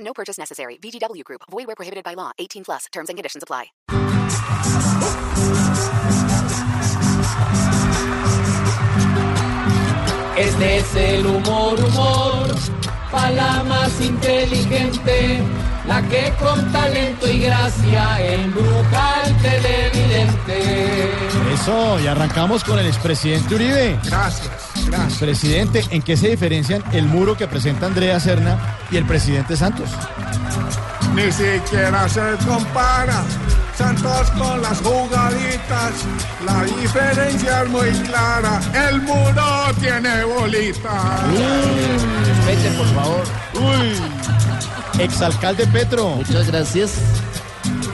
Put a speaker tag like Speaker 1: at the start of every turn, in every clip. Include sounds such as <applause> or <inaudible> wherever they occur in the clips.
Speaker 1: No purchase necessary. VGW Group. Void where prohibited by law. 18 plus. Terms and conditions apply.
Speaker 2: Este es el humor, humor, para la más inteligente, la que con talento y gracia embruja al televidente.
Speaker 3: Eso, y arrancamos con el expresidente Uribe.
Speaker 4: Gracias, gracias.
Speaker 3: Presidente, ¿en qué se diferencian el muro que presenta Andrea Serna y el presidente Santos?
Speaker 4: Ni siquiera se compara Santos con las jugaditas. La diferencia es muy clara. El muro tiene bolitas.
Speaker 2: Vete, por favor.
Speaker 3: Exalcalde Petro,
Speaker 2: Muchas gracias.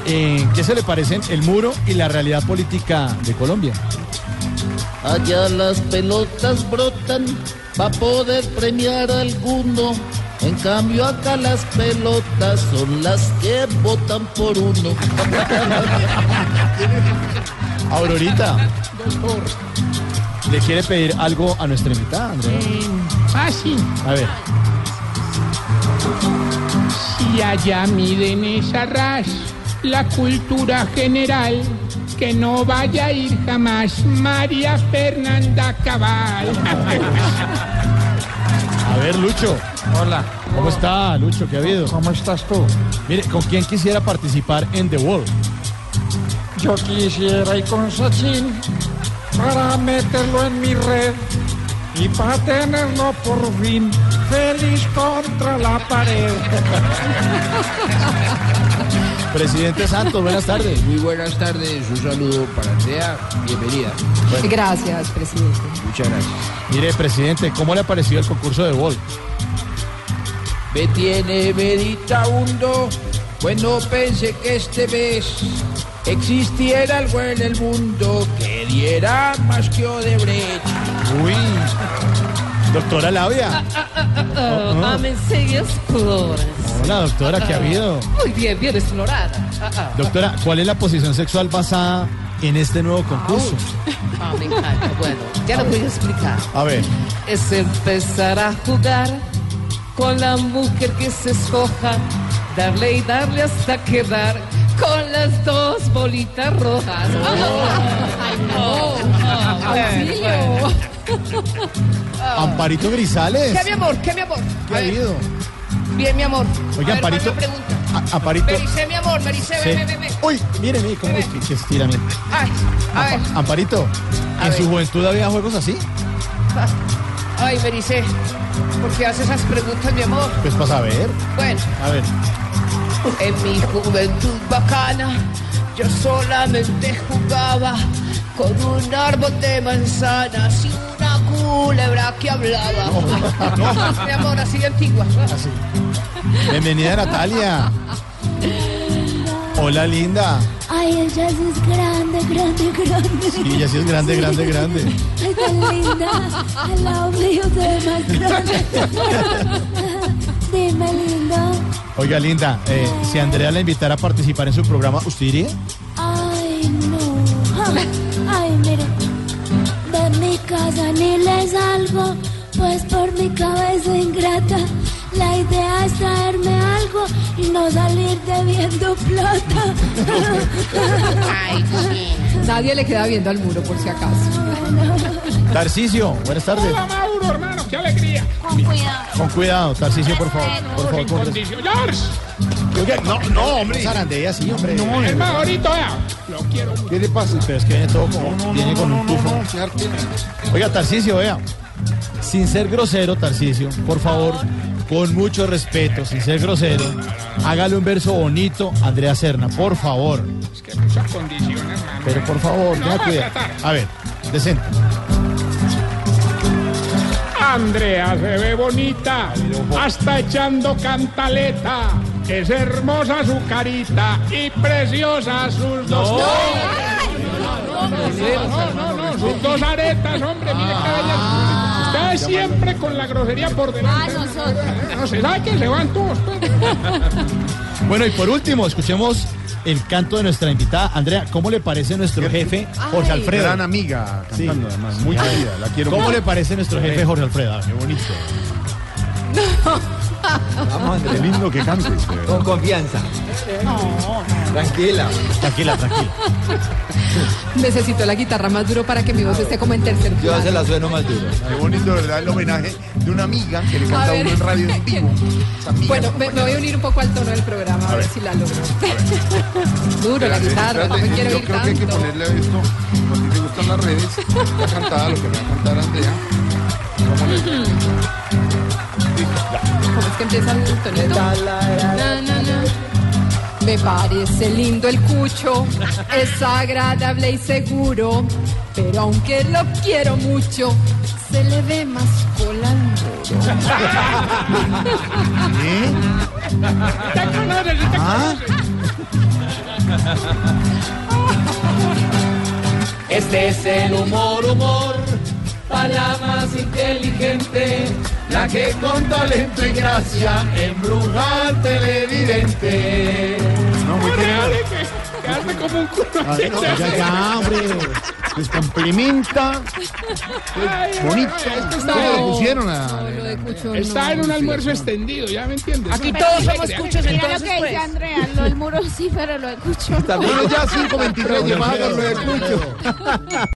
Speaker 3: ¿en qué se le parecen el muro y la realidad política de Colombia?
Speaker 2: Allá las pelotas brotan para poder premiar a alguno. En cambio acá las pelotas son las que votan por uno.
Speaker 3: Aurorita, ¿le quiere pedir algo a nuestra invitada, Andrea?
Speaker 5: Fácil.
Speaker 3: A ver,
Speaker 5: Si allá miden esa ras, la cultura general, que no vaya a ir jamás María Fernanda Cabal.
Speaker 3: a ver, Lucho.
Speaker 2: Hola.
Speaker 3: ¿Cómo está, Lucho? ¿Qué ha habido?
Speaker 5: ¿Cómo estás tú?
Speaker 3: Mire, ¿con quién quisiera participar en The World?
Speaker 5: Yo quisiera ir con Sachin para meterlo en mi red y para tenerlo por fin feliz contra la pared.
Speaker 3: Presidente Santos, buenas tardes.
Speaker 2: Muy buenas tardes, un saludo para Andrea, bienvenida.
Speaker 6: Gracias, presidente.
Speaker 2: Muchas gracias.
Speaker 3: Mire, presidente, ¿cómo le ha parecido el concurso de World?
Speaker 2: Me tiene meditabundo, pues no pensé que este mes existiera algo en el mundo que diera más que Odebrecht.
Speaker 3: Uy, doctora Labia.
Speaker 6: Ah.
Speaker 3: Hola, doctora, ¿qué ha habido?
Speaker 6: Muy bien, bien explorada. Ah,
Speaker 3: Doctora, ¿cuál es la posición sexual basada en este nuevo concurso?
Speaker 6: Ah, me encanta. Bueno, ah, ya lo voy a explicar.
Speaker 3: A ver,
Speaker 6: Es empezar a jugar con la mujer que se escoja, darle y darle hasta quedar con las dos bolitas rojas. Ay, no. Auxilio.
Speaker 3: Amparito Grisales.
Speaker 6: ¿Qué, mi amor? ¿Qué, mi amor?
Speaker 3: ¿Qué ha habido?
Speaker 6: Bien, mi amor.
Speaker 3: Oiga,
Speaker 6: a ver, ¿cuál es
Speaker 3: Amparito.
Speaker 6: la pregunta?
Speaker 3: A- Amparito.
Speaker 6: Maricé, mi amor, Maricé,
Speaker 3: se-
Speaker 6: ve, ve, ve, ve.
Speaker 3: Uy, mire, mire, cómo es que, que estiramiento.
Speaker 6: Ay, a ver.
Speaker 3: Amparito, ¿en su juventud había juegos así?
Speaker 6: Ay, Bericé, ¿por qué haces esas preguntas, mi amor?
Speaker 3: Pues para saber.
Speaker 6: Bueno,
Speaker 3: A ver,
Speaker 6: en mi juventud bacana, yo solamente jugaba con un árbol de manzanas y una culebra que hablaba. mi amor, así de antigua.
Speaker 3: así. Bienvenida, Natalia. Hola, linda.
Speaker 7: Ay, ella sí es grande, grande, grande.
Speaker 3: Y ella sí es grande, grande, grande.
Speaker 7: Ay, tan linda. Al lado mío se ve
Speaker 3: <laughs>
Speaker 7: más grande. Dime, lindo.
Speaker 3: Oiga, linda, eh, si Andrea la invitara a participar en su programa, ¿usted iría?
Speaker 7: Ay, no. Ay, mire. De mi casa ni le salgo, pues por mi cabeza ingrata. La idea es traerme algo y no salir debiendo plata.
Speaker 6: Nadie le queda viendo al muro, por si acaso.
Speaker 3: Tarcicio, buenas tardes.
Speaker 5: Hola Mauro, hermano, qué alegría.
Speaker 7: Con cuidado.
Speaker 3: Con cuidado, Tarcicio, por favor. Por favor, con respeto.
Speaker 5: Condicionars.
Speaker 3: Oiga, No, no, hombre. Sarandea, sí, hombre. No,
Speaker 5: Hermano, ahorita vea, lo quiero mucho.
Speaker 3: ¿Qué le pasa? Pero es que viene todo como, viene con un tufo. Oiga, Tarcicio, vea. Sin ser grosero, Tarcicio, por favor, con mucho respeto, sin ser grosero, hágale un verso bonito a Andrea Serna, por favor.
Speaker 5: Es que muchas condiciones, hermano.
Speaker 3: Pero por favor,
Speaker 5: No
Speaker 3: tenga
Speaker 5: va a
Speaker 3: cuidado.
Speaker 5: tratar.
Speaker 3: A ver, decente.
Speaker 7: Andrea se ve bonita, hasta echando cantaleta. Es hermosa su carita y preciosa sus dos. No, no, no, sus dos aretas, hombre, mire qué
Speaker 4: Ah.
Speaker 7: bellas. Ustedes siempre con la grosería por delante.
Speaker 8: Ah,
Speaker 7: No se da que se van todos. pues.
Speaker 3: Bueno, y por último, escuchemos el canto de nuestra invitada. Andrea, ¿cómo le parece nuestro jefe Jorge Alfredo?
Speaker 4: Gran amiga, cantando además. Muy querida, la quiero
Speaker 3: ¿Cómo
Speaker 4: mucho.
Speaker 3: le parece nuestro jefe Jorge Alfredo? A ver.
Speaker 4: Qué bonito. Qué lindo que cantes. de verdad.
Speaker 9: Con confianza. Tranquila.
Speaker 3: Tranquila, tranquila.
Speaker 6: Necesito la guitarra más duro para que mi voz esté como en tercer
Speaker 9: Yo
Speaker 6: plano.
Speaker 9: se la sueno más duro.
Speaker 4: Qué bonito, de ¿verdad? El homenaje de una amiga que le
Speaker 6: A
Speaker 4: canta a
Speaker 6: ver.
Speaker 4: uno en radio en
Speaker 6: <laughs>
Speaker 4: vivo. Esa amiga Eh,
Speaker 6: Bueno,
Speaker 4: nos
Speaker 6: me, me voy a unir un poco al tono del programa, a, ver, si la logro. <laughs> Duro la
Speaker 4: Espérate,
Speaker 6: guitarra,
Speaker 4: espérate,
Speaker 6: tampoco quiero
Speaker 4: Yo
Speaker 6: ir
Speaker 4: creo que hay que
Speaker 6: tanto.
Speaker 4: ponerle a esto, a ti te gustan las redes, la cantada, lo que me va a cantar Andrea.
Speaker 6: ¿Cómo es que empieza el tonito? Na, na, na. Me parece lindo el cucho, es agradable y seguro, pero aunque lo quiero mucho, se le ve más cola al muro.
Speaker 7: Te conoces, te conoces.
Speaker 2: Este es el humor, humor, para la más inteligente, la que con talento y gracia embruja al televidente.
Speaker 4: No, muy
Speaker 7: Dale,
Speaker 4: querida.
Speaker 7: que- que hazme como un culo. así,
Speaker 4: no,
Speaker 7: se hace.
Speaker 3: Ya, ya, hombre.
Speaker 4: Les complementa.
Speaker 7: Ay, ay,
Speaker 4: Bonito.
Speaker 7: ay, esto está-
Speaker 4: ¿Cómo le pusieron a.?
Speaker 6: No, lo de cucho
Speaker 7: Está en
Speaker 6: no.
Speaker 7: un almuerzo extendido, ¿ya me entiendes?
Speaker 10: Aquí todos somos
Speaker 7: escuchas
Speaker 10: cuchos,
Speaker 8: Mira lo
Speaker 10: entonces,
Speaker 8: que dice
Speaker 10: pues.
Speaker 8: Andrea, lo del muro sí, pero lo escucho.
Speaker 4: Bueno, ya 5.23 llevadas, lo escucho.